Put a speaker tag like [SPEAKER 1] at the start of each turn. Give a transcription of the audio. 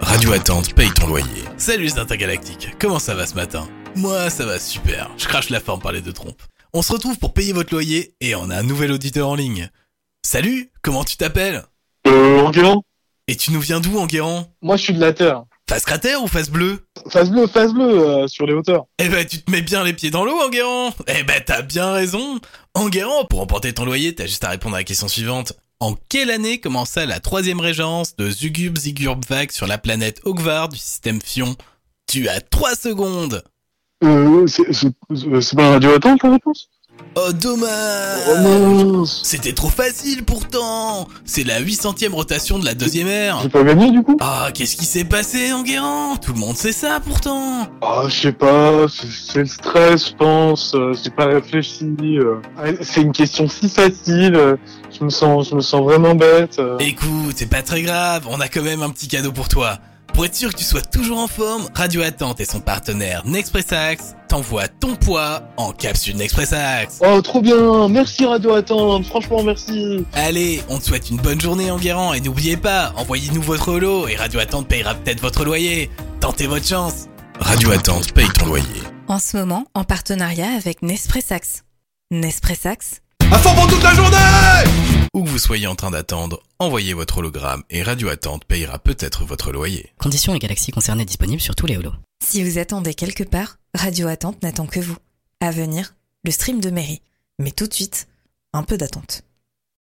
[SPEAKER 1] Radio Attente paye ton loyer. Salut les intergalactiques, comment ça va ce matin Moi ça va super, je crache la forme par les deux trompes. On se retrouve pour payer votre loyer et on a un nouvel auditeur en ligne. Salut, comment tu t'appelles
[SPEAKER 2] Euh, Enguerrand
[SPEAKER 1] Et tu nous viens d'où Enguerrand
[SPEAKER 2] Moi, je suis de la Terre.
[SPEAKER 1] Face cratère ou face bleue
[SPEAKER 2] Face bleue, face bleue, euh, sur les hauteurs.
[SPEAKER 1] Eh ben tu te mets bien les pieds dans l'eau Enguerrand Eh ben t'as bien raison Enguerrand, pour emporter ton loyer, t'as juste à répondre à la question suivante. En quelle année commença la troisième régence de Zugub Zigurbvag sur la planète Ogvar du système Fion Tu as 3 secondes
[SPEAKER 2] Euh, c'est- c'est c'est pas Radio Attente, la réponse
[SPEAKER 1] Oh dommage
[SPEAKER 2] Oh mince
[SPEAKER 1] C'était trop facile pourtant C'est la 800ème rotation de la deuxième ère
[SPEAKER 2] J'ai pas gagné, du coup
[SPEAKER 1] Ah, qu'est-ce qui s'est passé, Enguerrand Tout le monde sait ça pourtant
[SPEAKER 2] Ah, je sais pas, c'est- c'est le stress, je pense, euh, j'ai pas réfléchi. euh. Ah, C'est une question si facile, euh, je me sens, je me sens vraiment bête. euh.
[SPEAKER 1] Écoute, c'est pas très grave, on a quand même un petit cadeau pour toi. Pour être sûr que tu sois toujours en forme, Radio Attente et son partenaire Nexpress Axe t'envoient ton poids en capsule Nexpress Axe.
[SPEAKER 2] Oh, trop bien Merci Radio Attente, franchement, merci
[SPEAKER 1] Allez, on te souhaite une bonne journée Enguerrand et n'oubliez pas, envoyez-nous votre holo et Radio Attente payera peut-être votre loyer. Tentez votre chance Radio Attente paye ton loyer.
[SPEAKER 3] En ce moment, en partenariat avec Nespressax. Nespressax,
[SPEAKER 1] Où que vous soyez en train d'attendre, envoyez votre hologramme et Radio Attente payera peut-être votre loyer.
[SPEAKER 4] Conditions et galaxies concernées disponibles sur tous les holos.
[SPEAKER 3] si vous attendez quelque part, Radio Attente n'attend que vous. À venir, le stream de mairie. Mais tout de suite, un peu d'attente.